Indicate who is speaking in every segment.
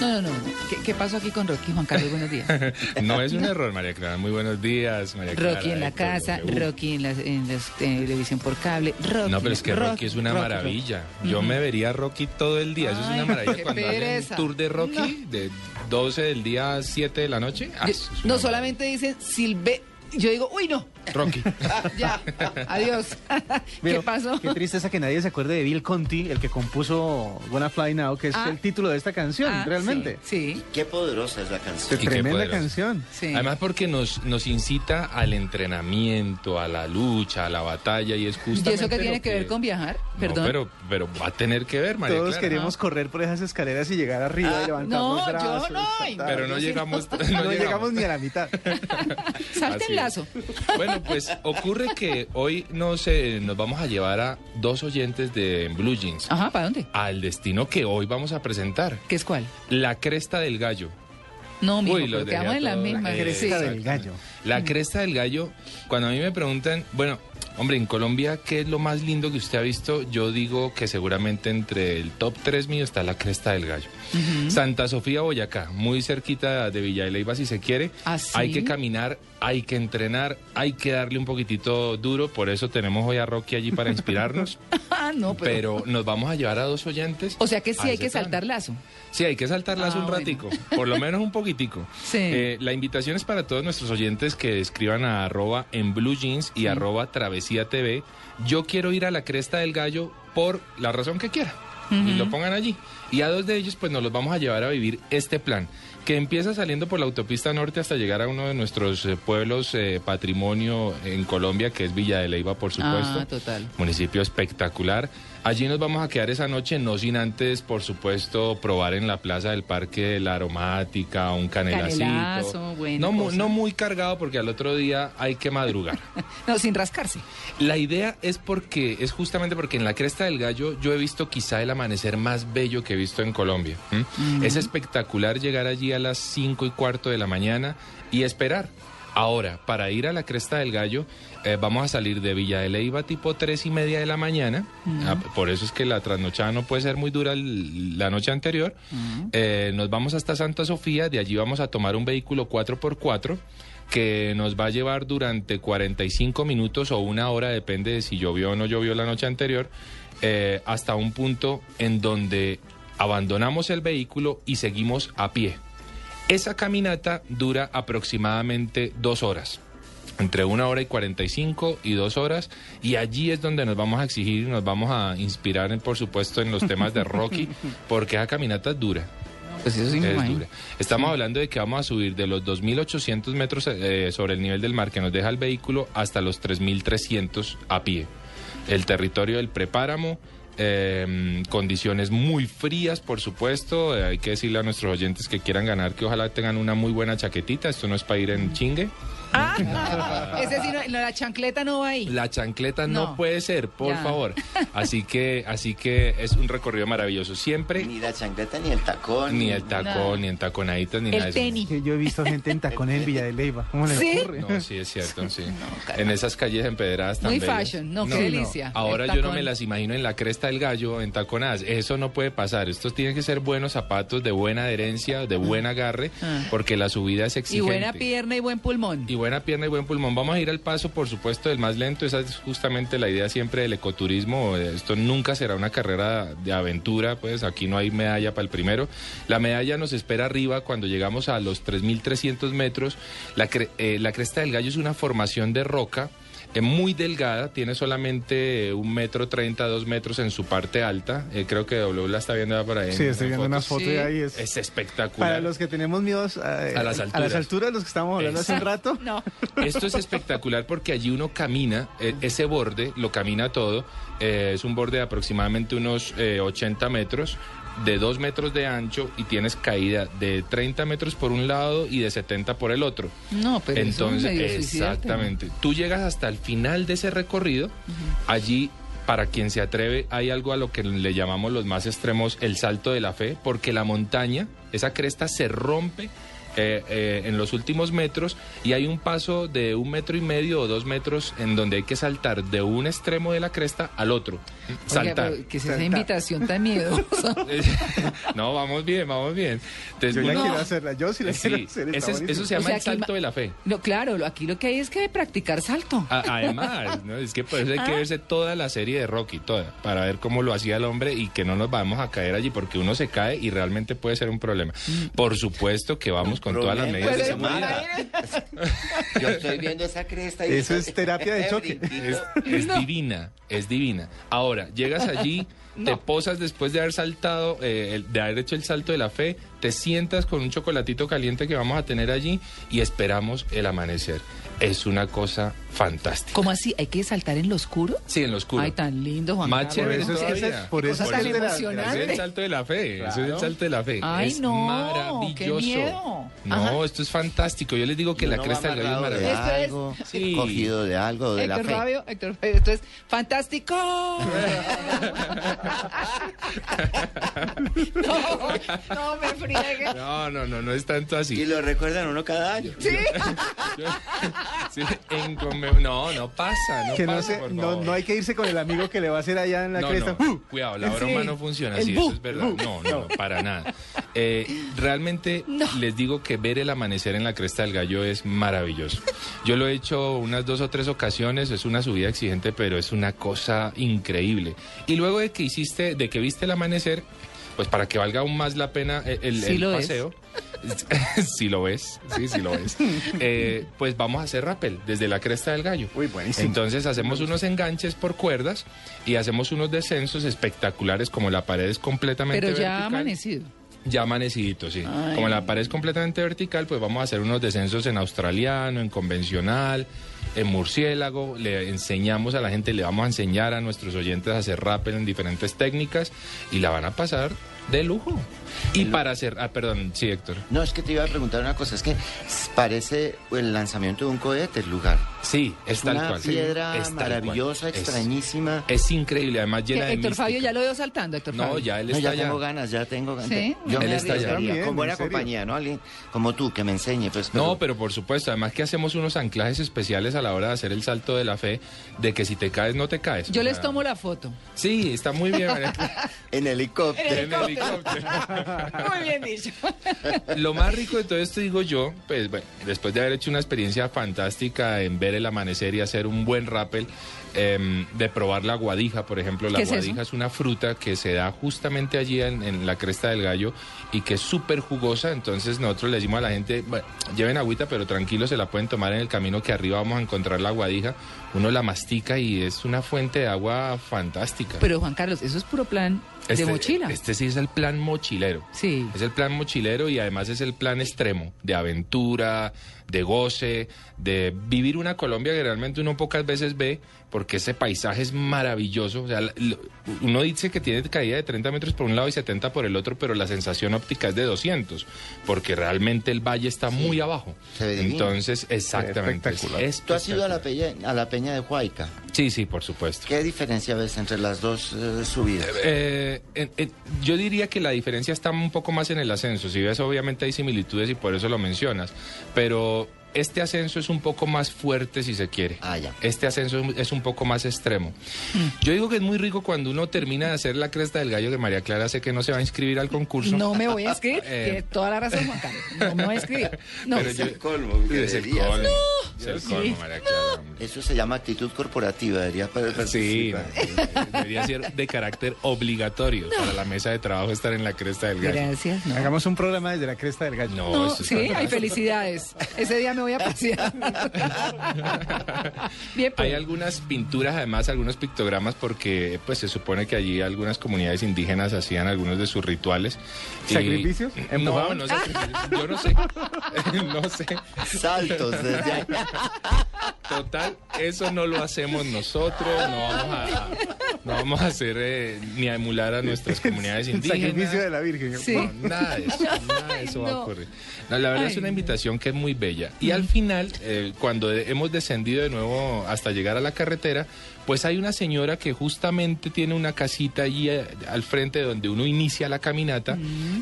Speaker 1: No, no, no. ¿Qué, qué pasó aquí con Rocky? Juan Carlos, buenos días.
Speaker 2: No es un error, María Clara. Muy buenos días, María Clara.
Speaker 1: Rocky en la
Speaker 2: Héctor,
Speaker 1: casa,
Speaker 2: W.
Speaker 1: Rocky en la en las televisión por cable, Rocky.
Speaker 2: No, pero es que Rocky, es una
Speaker 1: Rocky,
Speaker 2: maravilla. Yo me vería Rocky todo el día. Eso es
Speaker 1: Ay,
Speaker 2: una
Speaker 1: qué
Speaker 2: maravilla. Cuando hacen
Speaker 1: pereza.
Speaker 2: un tour de Rocky de 12 del día a 7 de la noche. ah,
Speaker 1: Rocky.
Speaker 2: eso
Speaker 1: Yo-
Speaker 2: es
Speaker 1: no
Speaker 2: una
Speaker 1: solamente dicen Silve. Yo digo, uy, no. ah,
Speaker 2: Rocky.
Speaker 1: Ya. Adiós. ¿Qué
Speaker 3: Pero,
Speaker 1: pasó?
Speaker 3: Qué tristeza que nadie se acuerde de Bill Conti, el que compuso Wanna Fly Now, que es
Speaker 1: Ah.
Speaker 3: el título de esta canción,
Speaker 1: Ah,
Speaker 3: realmente.
Speaker 1: Sí.
Speaker 4: Qué poderosa es la canción.
Speaker 2: Y qué
Speaker 3: Tremenda
Speaker 2: poderoso.
Speaker 3: canción.
Speaker 1: Sí.
Speaker 2: Además porque nos, nos incita al entrenamiento, a la lucha, a la batalla y es
Speaker 1: ¿Y
Speaker 2: justamente
Speaker 1: eso qué
Speaker 2: lo
Speaker 1: tiene que ver con viajar?
Speaker 2: No,
Speaker 1: Perdón.
Speaker 2: pero, pero va a tener que ver, María
Speaker 3: Todos
Speaker 2: Clara.
Speaker 3: queremos correr por esas escaleras y llegar arriba y
Speaker 1: Ah,
Speaker 3: levantar
Speaker 1: no,
Speaker 3: los
Speaker 1: yo
Speaker 3: brazos.
Speaker 1: no,
Speaker 3: saltar.
Speaker 1: ay,
Speaker 2: Pero no
Speaker 1: Yo sí
Speaker 2: llegamos, no
Speaker 3: No
Speaker 2: llegamos. Eh,
Speaker 3: llegamos ni a la mitad.
Speaker 1: Salte
Speaker 2: Así
Speaker 1: el
Speaker 2: es.
Speaker 1: lazo.
Speaker 2: Bueno, pues ocurre que hoy no sé, nos vamos a llevar a dos oyentes de Blue Jeans
Speaker 1: Ajá, ¿para dónde?
Speaker 2: al destino que hoy vamos a presentar,
Speaker 1: ¿Qué es cuál?
Speaker 2: la cresta del gallo.
Speaker 1: No, mijo,
Speaker 2: Uy,
Speaker 1: pero
Speaker 2: los dejé
Speaker 1: quedamos
Speaker 2: a
Speaker 1: en la
Speaker 2: todos.
Speaker 1: misma.
Speaker 2: Eh,
Speaker 1: Sí.
Speaker 3: cresta del gallo.
Speaker 1: Mm.
Speaker 2: La cresta del gallo, cuando a mí me preguntan, bueno, hombre, en Colombia, ¿qué es lo más lindo que usted ha visto? Yo digo que seguramente entre el top 3 mío está la cresta del gallo.
Speaker 1: Mm.
Speaker 2: Santa Sofía, Boyacá, muy cerquita de Villa de Leyva, si se quiere.
Speaker 1: ¿Ah, sí?
Speaker 2: Hay que caminar, hay que entrenar, hay que darle un poquitito duro, por eso tenemos hoy a Rocky allí para inspirarnos.
Speaker 1: Ah, no, pero...
Speaker 2: pero nos vamos a llevar a dos oyentes.
Speaker 1: O sea que sí
Speaker 2: a
Speaker 1: hay
Speaker 2: ese
Speaker 1: que
Speaker 2: plan.
Speaker 1: saltar lazo.
Speaker 2: Sí, hay que saltarlas
Speaker 1: Ah,
Speaker 2: un
Speaker 1: bueno.
Speaker 2: ratico, por lo menos un poquitico.
Speaker 1: Sí.
Speaker 2: Eh, la invitación es para todos nuestros oyentes que escriban a arroba en blue jeans y arroba travesía TV. Yo quiero ir a la cresta del gallo por la razón que quiera. Y lo pongan allí. Y a dos de ellos, pues nos los vamos a llevar a vivir este plan, que empieza saliendo por la autopista norte hasta llegar a uno de nuestros eh, pueblos eh, patrimonio en Colombia, que es Villa de Leiva, por supuesto.
Speaker 1: Ah, total.
Speaker 2: Municipio espectacular. Allí nos vamos a quedar esa noche, no sin antes, por supuesto, probar en la plaza del parque la aromática, un canelacito.
Speaker 1: Canelazo, buena
Speaker 2: no, mu-
Speaker 1: cosa.
Speaker 2: no muy cargado porque al otro día hay que madrugar.
Speaker 1: No, sin rascarse.
Speaker 2: la idea es porque, es justamente porque en la cresta del gallo yo he visto quizá el amanecer más bello que he visto en Colombia. ¿m? Es espectacular llegar allí a las 5 y cuarto de la mañana y esperar. Ahora, para ir a la Cresta del Gallo, eh, vamos a salir de Villa de Leiva tipo tres y media de la mañana. Ah, por eso es que la trasnochada no puede ser muy dura el- la noche anterior. Eh, nos vamos hasta Santa Sofía, de allí vamos a tomar un vehículo 4x4 que nos va a llevar durante 45 minutos o una hora, depende de si llovió o no llovió la noche anterior, eh, hasta un punto en donde abandonamos el vehículo y seguimos a pie. Esa caminata dura aproximadamente dos horas. Entre una hora y 45 y dos horas, y allí es donde nos vamos a exigir y nos vamos a inspirar, en, por supuesto, en los temas de Rocky, porque esa caminata es dura.
Speaker 1: Pues eso sí me
Speaker 2: Es
Speaker 1: imagino.
Speaker 2: dura. Estamos hablando de que vamos a subir de los 2.800 metros eh, sobre el nivel del mar que nos deja el vehículo hasta los 3.300 a pie. El territorio del prepáramo, eh, condiciones muy frías, por supuesto. eh, hay que decirle a nuestros oyentes que quieran ganar que ojalá tengan una muy buena chaquetita. Esto no es para ir en chingue.
Speaker 1: Ah, Ese sí, no, no, la chancleta no va ahí.
Speaker 2: La chancleta no,
Speaker 1: No.
Speaker 2: puede ser, por
Speaker 1: Ya.
Speaker 2: favor. Así que, así que es un recorrido maravilloso. Siempre
Speaker 4: Ni la chancleta, ni el tacón.
Speaker 2: ni el tacón, ni en taconaditas, ni nada de
Speaker 1: El
Speaker 2: eso.
Speaker 1: tenis.
Speaker 3: Que Yo he visto gente en tacón en Villa de Leyva. ¿Cómo le
Speaker 1: ¿Sí?
Speaker 3: ocurre?
Speaker 2: No, sí, es cierto, sí. en esas calles empedradas tan
Speaker 1: Muy
Speaker 2: bellas.
Speaker 1: fashion, no, qué delicia.
Speaker 2: Ahora
Speaker 1: El
Speaker 2: yo no
Speaker 1: tacón.
Speaker 2: me las imagino en la cresta del gallo, en taconadas. Eso no puede pasar. Estos tienen que ser buenos zapatos de buena adherencia, de buen agarre,
Speaker 1: Ah.
Speaker 2: porque la subida es
Speaker 1: Y
Speaker 2: exigente.
Speaker 1: buena pierna y buen pulmón.
Speaker 2: Y buena pierna y buen pulmón. Vamos a ir al paso, por supuesto, del más lento. Esa es justamente la idea siempre del ecoturismo. Esto nunca será una carrera de aventura, pues aquí no hay medalla para el primero. La medalla nos espera arriba cuando llegamos a los 3.300 metros. La, cre- eh, la cresta del gallo es una formación de roca. Es muy delgada, tiene solamente eh, un metro treinta, dos metros en su parte alta. Eh, creo que W la está viendo por ahí.
Speaker 3: Sí,
Speaker 2: en
Speaker 3: estoy
Speaker 2: las
Speaker 3: viendo una
Speaker 2: fotos.
Speaker 3: foto y
Speaker 1: Sí.
Speaker 3: ahí es.
Speaker 2: Es espectacular.
Speaker 3: Para los que tenemos miedos eh,
Speaker 2: A las
Speaker 3: a
Speaker 2: alturas.
Speaker 3: las alturas, los que estábamos hablando hace un rato.
Speaker 1: No.
Speaker 2: Esto es espectacular porque allí uno camina, e- ese borde lo camina todo, eh, es un borde de aproximadamente unos eh, 80 metros, de 2 metros de ancho y tienes caída de 30 metros por un lado y de 70 por el otro.
Speaker 1: No, pero eso
Speaker 2: Entonces,
Speaker 1: es medio suicidarte.
Speaker 2: exactamente. Tú llegas hasta el final de ese recorrido, allí... Para quien se atreve, hay algo a lo que le llamamos los más extremos el salto de la fe, porque la montaña, esa cresta se rompe eh, eh, en los últimos metros y hay un paso de un metro y medio o dos metros en donde hay que saltar de un extremo de la cresta al otro. saltar.
Speaker 1: Oiga, pero que es esa invitación tan miedosa.
Speaker 2: no, vamos bien, vamos bien. Entonces,
Speaker 3: Yo ya
Speaker 2: uno-
Speaker 3: quiero hacerla, yo sí la
Speaker 2: Sí,
Speaker 3: quiero hacer.
Speaker 2: ese
Speaker 3: está
Speaker 2: es- eso
Speaker 3: buenísimo.
Speaker 2: se llama
Speaker 1: O sea,
Speaker 2: el
Speaker 1: que ima-
Speaker 2: salto de la fe.
Speaker 1: No, claro, lo- aquí lo que hay es que practicar salto.
Speaker 2: A- Además, ¿no? es que por eso hay que verse toda la serie de Rocky, toda, para ver cómo lo hacía el hombre y que no nos vamos a caer allí, porque uno se cae y realmente puede ser un problema. Por supuesto que vamos con todas las
Speaker 4: Problema.
Speaker 2: medidas de
Speaker 4: Pero-
Speaker 2: seguridad.
Speaker 4: Yo estoy viendo esa cresta. y-
Speaker 3: Eso es terapia de choque.
Speaker 4: Brinquito.
Speaker 2: Es, es divina, es divina. Ahora, llegas allí, te posas después de haber saltado, eh, el- de haber hecho el salto de la fe, te sientas con un chocolatito caliente que vamos a tener allí y esperamos el amanecer. Es una cosa fantástica.
Speaker 1: ¿Cómo así? ¿Hay que saltar en lo oscuro?
Speaker 2: Sí, en lo oscuro.
Speaker 1: Ay, tan lindo, Juan
Speaker 2: Más
Speaker 1: Carlos.
Speaker 2: chévere
Speaker 3: Por eso es que
Speaker 2: todavía.
Speaker 3: esa- por eso
Speaker 1: Cosas
Speaker 3: es
Speaker 1: tan
Speaker 3: que la-
Speaker 2: Ese es el
Speaker 1: emocionante.
Speaker 2: salto de la fe, ese es el
Speaker 3: Claro.
Speaker 2: salto de la fe.
Speaker 1: Ay,
Speaker 2: es
Speaker 1: no,
Speaker 2: maravilloso.
Speaker 1: qué miedo.
Speaker 2: No,
Speaker 1: Ajá.
Speaker 2: esto es fantástico. Yo les digo que
Speaker 4: Y
Speaker 2: la
Speaker 4: uno
Speaker 2: cresta
Speaker 4: va
Speaker 2: del gallo es
Speaker 4: amarrado de
Speaker 2: maravillosa.
Speaker 4: algo,
Speaker 2: Sí.
Speaker 4: Cogido de algo, de la
Speaker 1: Héctor
Speaker 4: fe.
Speaker 1: Fabio, Héctor Fabio, esto es fantástico. no, no me friegue.
Speaker 2: No, no, no, no es tanto así.
Speaker 4: Y lo recuerdan uno cada año.
Speaker 1: Sí.
Speaker 2: Sí, en conme- no, no pasa, no
Speaker 3: que
Speaker 2: pasa,
Speaker 3: no, se-
Speaker 2: por
Speaker 3: no,
Speaker 2: favor.
Speaker 3: no hay que irse con el amigo que le va a hacer allá en la
Speaker 2: No,
Speaker 3: cresta.
Speaker 2: no,
Speaker 3: ¡Uh!
Speaker 2: cuidado, la broma
Speaker 1: Sí.
Speaker 2: no funciona
Speaker 3: El
Speaker 2: así,
Speaker 3: bu,
Speaker 2: eso es verdad.
Speaker 3: el bu.
Speaker 2: No, no, no, para nada. Eh, realmente les digo que ver el amanecer en la cresta del gallo es maravilloso. Yo lo he hecho unas dos o tres ocasiones, es una subida exigente, pero es una cosa increíble. Y luego de que hiciste, de que viste el amanecer, pues para que valga aún más la pena el, el-
Speaker 1: Sí
Speaker 2: el
Speaker 1: lo es.
Speaker 2: paseo. si lo ves, sí, sí lo ves. Eh, pues vamos a hacer rappel desde la cresta del gallo.
Speaker 3: Uy, buenísimo.
Speaker 2: Entonces hacemos unos enganches por cuerdas y hacemos unos descensos espectaculares como la pared es completamente
Speaker 1: Pero ya ha
Speaker 2: vertical.
Speaker 1: amanecido.
Speaker 2: Ya amanecidito, sí.
Speaker 1: Ay.
Speaker 2: Como la pared es completamente vertical, pues vamos a hacer unos descensos en australiano, en convencional, en murciélago. Le enseñamos a la gente, le vamos a enseñar a nuestros oyentes a hacer rappel en diferentes técnicas y la van a pasar de lujo. Y para hacer... Ah, perdón, sí, Héctor.
Speaker 4: No, es que te iba a preguntar una cosa. Es que parece el lanzamiento de un cohete el lugar.
Speaker 2: Sí, es tal
Speaker 4: una
Speaker 2: cual.
Speaker 4: piedra
Speaker 2: Es tal cual.
Speaker 4: maravillosa,
Speaker 2: Es- Eh,
Speaker 4: extrañísima.
Speaker 2: Es, increíble, además llena de
Speaker 1: Héctor Fabio ya
Speaker 2: mística.
Speaker 1: lo veo saltando, Héctor
Speaker 2: No,
Speaker 1: Fabio.
Speaker 2: ya él
Speaker 4: No,
Speaker 2: está
Speaker 4: ya
Speaker 2: allá.
Speaker 4: tengo ganas, ya tengo ganas.
Speaker 1: Sí.
Speaker 4: Yo
Speaker 2: Él
Speaker 4: me
Speaker 2: está ya.
Speaker 4: arriesgaría,
Speaker 3: También,
Speaker 4: con buena
Speaker 3: en serio.
Speaker 4: compañía, ¿no? Alguien como tú que me enseñe, pues.
Speaker 2: No, pero por supuesto, además que hacemos unos anclajes especiales a la hora de hacer el salto de la fe, de que si te caes, no te caes.
Speaker 1: Yo
Speaker 2: O
Speaker 1: les
Speaker 2: sea,
Speaker 1: tomo la foto.
Speaker 2: Sí, está muy bien.
Speaker 4: En helicóptero.
Speaker 2: En helicóptero.
Speaker 1: Muy bien dicho.
Speaker 2: Lo más rico de todo esto, digo yo, pues bueno, después de haber hecho una experiencia fantástica en ver el amanecer y hacer un buen rappel, em, de probar la guadija, por ejemplo. La
Speaker 1: ¿Qué es eso?
Speaker 2: guadija es una fruta que se da justamente allí en, en la cresta del gallo y que es súper jugosa. Entonces nosotros le decimos a la gente, bueno, lleven agüita, pero tranquilos, se la pueden tomar en el camino que arriba vamos a encontrar la guadija. Uno la mastica y es una fuente de agua fantástica.
Speaker 1: Pero Juan Carlos, eso es puro plan de
Speaker 2: Este-
Speaker 1: mochila.
Speaker 2: Este sí es el plan mochilero.
Speaker 1: Sí.
Speaker 2: Es el plan mochilero y además es el plan extremo, de aventura, de goce, de vivir una Colombia que realmente uno pocas veces ve, porque ese paisaje es maravilloso. O sea, la- lo- uno dice que tiene caída de 30 metros por un lado y 70 por el otro, pero la sensación óptica es de 200, porque realmente el valle está muy abajo.
Speaker 4: se ve divino.
Speaker 2: Entonces, exactamente. es
Speaker 3: espectacular.
Speaker 4: Tú has ido a la,
Speaker 2: espectacular.
Speaker 4: peña, a la peña de Huayca.
Speaker 2: Sí, sí, por supuesto.
Speaker 4: ¿Qué diferencia ves entre las dos eh, subidas?
Speaker 2: Eh, eh, eh, yo diría que la diferencia está un poco más en el ascenso. Si ves, obviamente hay similitudes y por eso lo mencionas. Pero este ascenso es un poco más fuerte, si se quiere.
Speaker 4: Ah, ya.
Speaker 2: Este ascenso es- es un poco más extremo. Yo digo que es muy rico cuando uno termina de hacer la cresta del gallo que María Clara sé que no se va a inscribir al concurso.
Speaker 1: No me voy a escribir.
Speaker 2: Eh.
Speaker 1: Tiene toda la razón, Juan Carlos. No me voy a escribir. No.
Speaker 2: Pero
Speaker 4: Es
Speaker 2: yo-
Speaker 4: el colmo, que
Speaker 2: Es el
Speaker 4: deberías.
Speaker 2: colmo. Es el colmo,
Speaker 1: mío.
Speaker 2: María Clara. hombre.
Speaker 4: Eso se llama actitud corporativa, debería pa-
Speaker 2: Sí,
Speaker 4: participar.
Speaker 2: no, debería ser de carácter obligatorio para la mesa de trabajo estar en la cresta del gallo.
Speaker 1: Gracias. No.
Speaker 3: Hagamos un programa desde la cresta del gallo.
Speaker 2: No,
Speaker 1: No,
Speaker 2: eso es
Speaker 1: sí,
Speaker 2: fantástico.
Speaker 1: hay felicidades. Ese día me voy a pasear. Bien, pues.
Speaker 2: Hay algunas pinturas, además algunos pictogramas, porque pues se supone que allí algunas comunidades indígenas hacían algunos de sus rituales. Y-
Speaker 3: ¿Sacrificios?
Speaker 2: No,
Speaker 3: ¿Empujaban?
Speaker 2: no sacrificios. Yo no sé. no sé.
Speaker 4: Saltos desde ahí.
Speaker 2: Total, eso no lo hacemos nosotros. No vamos a, No vamos a hacer eh, ni a emular a nuestras comunidades
Speaker 3: El
Speaker 2: indígenas.
Speaker 3: sacrificio de la Virgen.
Speaker 1: Sí.
Speaker 2: No, nada de eso, nada de eso va a
Speaker 1: no.
Speaker 2: ocurrir. No, la verdad
Speaker 1: Ay,
Speaker 2: es una
Speaker 1: no.
Speaker 2: invitación que es muy bella. Y al final, eh, cuando de- hemos descendido de nuevo hasta llegar a la carretera, pues hay una señora que justamente tiene una casita allí eh, al frente donde uno inicia la caminata.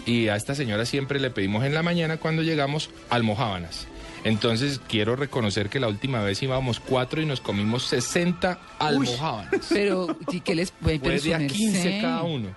Speaker 2: Y a esta señora siempre le pedimos en la mañana cuando llegamos almojábanas. Entonces quiero reconocer que la última vez íbamos cuatro y nos comimos 60 almojábanas.
Speaker 1: Pero, ¿y qué les puede
Speaker 2: Pues de a 15 cada uno.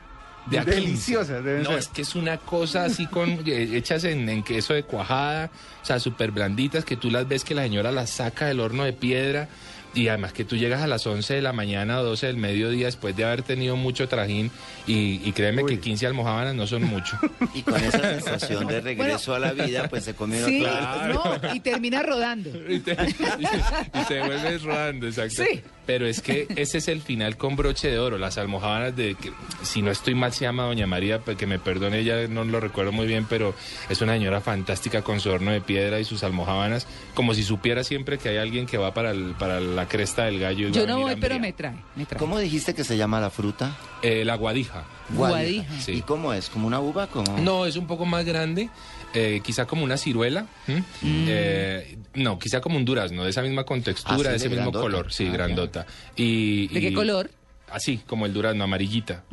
Speaker 2: De a 15.
Speaker 3: Deliciosas deben
Speaker 2: No,
Speaker 3: ser.
Speaker 2: es que es una cosa así con eh, hechas en, en queso de cuajada, o sea, súper blanditas, que tú las ves que la señora las saca del horno de piedra. Y además que tú llegas a las 11 de la mañana o 12 del mediodía después de haber tenido mucho trajín y, y créeme
Speaker 3: Uy.
Speaker 2: que 15 almojábanas no son mucho.
Speaker 4: Y con esa sensación de regreso a la vida, pues se comió
Speaker 1: Sí,
Speaker 4: claro.
Speaker 1: no, y termina rodando.
Speaker 2: y te, y te vuelves rodando, exacto.
Speaker 1: Sí.
Speaker 2: Pero es que ese es el final con broche de oro. Las almojábanas de, que, si no estoy mal, se llama Doña María, pues, que me perdone, ella no lo recuerdo muy bien, pero es una señora fantástica con su horno de piedra y sus almojábanas, como si supiera siempre que hay alguien que va para, el- para la cresta del gallo. y va
Speaker 1: Yo
Speaker 2: a
Speaker 1: no
Speaker 2: venir
Speaker 1: voy, pero me
Speaker 2: hambriento.
Speaker 1: trae, me trae.
Speaker 4: ¿Cómo dijiste que se llama la fruta?
Speaker 2: Eh, la guadija.
Speaker 1: Guadija.
Speaker 2: Sí.
Speaker 4: ¿Y cómo es? ¿Como una uva? Como...
Speaker 2: No, es un poco más grande, eh, quizá como una ciruela. ¿m? Eh, no, quizá como un durazno, de esa misma
Speaker 4: Mm. Ah, sí,
Speaker 2: contextura,
Speaker 4: de
Speaker 2: de ese mismo
Speaker 4: grandota.
Speaker 2: color. Sí,
Speaker 4: Ah, ya.
Speaker 2: grandota. Y,
Speaker 1: ¿De
Speaker 2: y-
Speaker 1: qué color? Mm.
Speaker 2: Así, como el durazno, amarillita.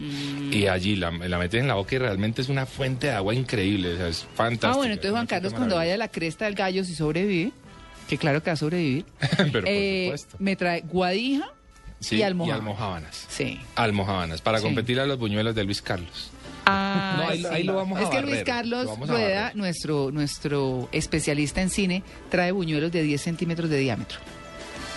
Speaker 2: Y allí la, la metes en la boca y realmente es una fuente de agua increíble. o sea, es fantástico.
Speaker 1: Ah, bueno, entonces Juan Carlos cuando vaya a la cresta del gallo, si sobrevive, que claro que va a sobrevivir,
Speaker 2: Pero por
Speaker 1: eh,
Speaker 2: supuesto.
Speaker 1: me trae guadija
Speaker 2: Sí,
Speaker 1: y almohábanas.
Speaker 2: almohábanas.
Speaker 1: Sí.
Speaker 2: Almohábanas, para
Speaker 1: Sí.
Speaker 2: competir a los buñuelos de Luis Carlos.
Speaker 1: Ah,
Speaker 2: No, ahí lo-
Speaker 1: sí.
Speaker 2: ahí lo vamos a
Speaker 1: Es que
Speaker 2: barrer,
Speaker 1: Luis
Speaker 2: lo
Speaker 1: Carlos
Speaker 2: vamos a
Speaker 1: Rueda,
Speaker 2: barrer.
Speaker 1: nuestro, nuestro especialista en cine, trae buñuelos de 10 centímetros de diámetro.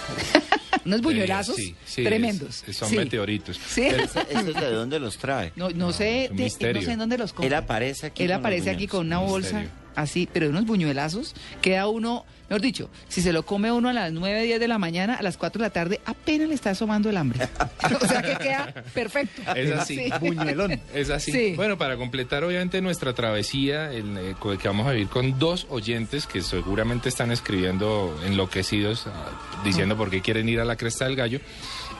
Speaker 1: Unos buñuelazos
Speaker 2: Eh, sí, sí, es-
Speaker 1: tremendos.
Speaker 2: son
Speaker 1: sí.
Speaker 2: meteoritos.
Speaker 1: Sí.
Speaker 4: ¿Eso, eso es de dónde los trae?
Speaker 1: No, no sé,
Speaker 2: es un
Speaker 1: de- no
Speaker 2: misterio.
Speaker 1: sé en dónde los compra.
Speaker 4: Él aparece aquí.
Speaker 1: Él
Speaker 4: con los
Speaker 1: aparece aquí
Speaker 4: buñuelos.
Speaker 1: con una
Speaker 2: un
Speaker 1: bolsa
Speaker 2: misterio.
Speaker 1: así, pero unos buñuelazos. Queda uno, mejor dicho, si se lo come uno a las 9, 10 de la mañana, a las 4 de la tarde, apenas le está asomando el hambre. o sea que queda perfecto.
Speaker 2: Es así.
Speaker 1: Sí.
Speaker 3: Buñuelón.
Speaker 2: Es así.
Speaker 1: Sí.
Speaker 2: Bueno, para completar obviamente nuestra travesía, el, eh, co- que vamos a vivir con dos oyentes que seguramente están escribiendo enloquecidos, ah, diciendo por qué quieren ir a la cresta del gallo,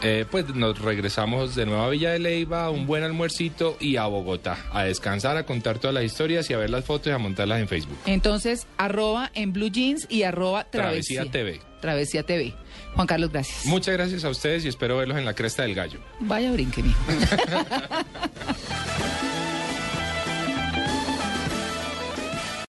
Speaker 2: eh, pues nos regresamos de nuevo a Villa de Leiva, a un buen almuercito y a Bogotá, a descansar, a contar todas las historias y a ver las fotos y a montarlas en Facebook.
Speaker 1: Entonces, arroba en blue jeans y arroba travesía.
Speaker 2: Travesía TV.
Speaker 1: Travesía TV. Juan Carlos, gracias.
Speaker 2: Muchas gracias a ustedes y espero verlos en la cresta del gallo.
Speaker 1: Vaya brinque, mijo.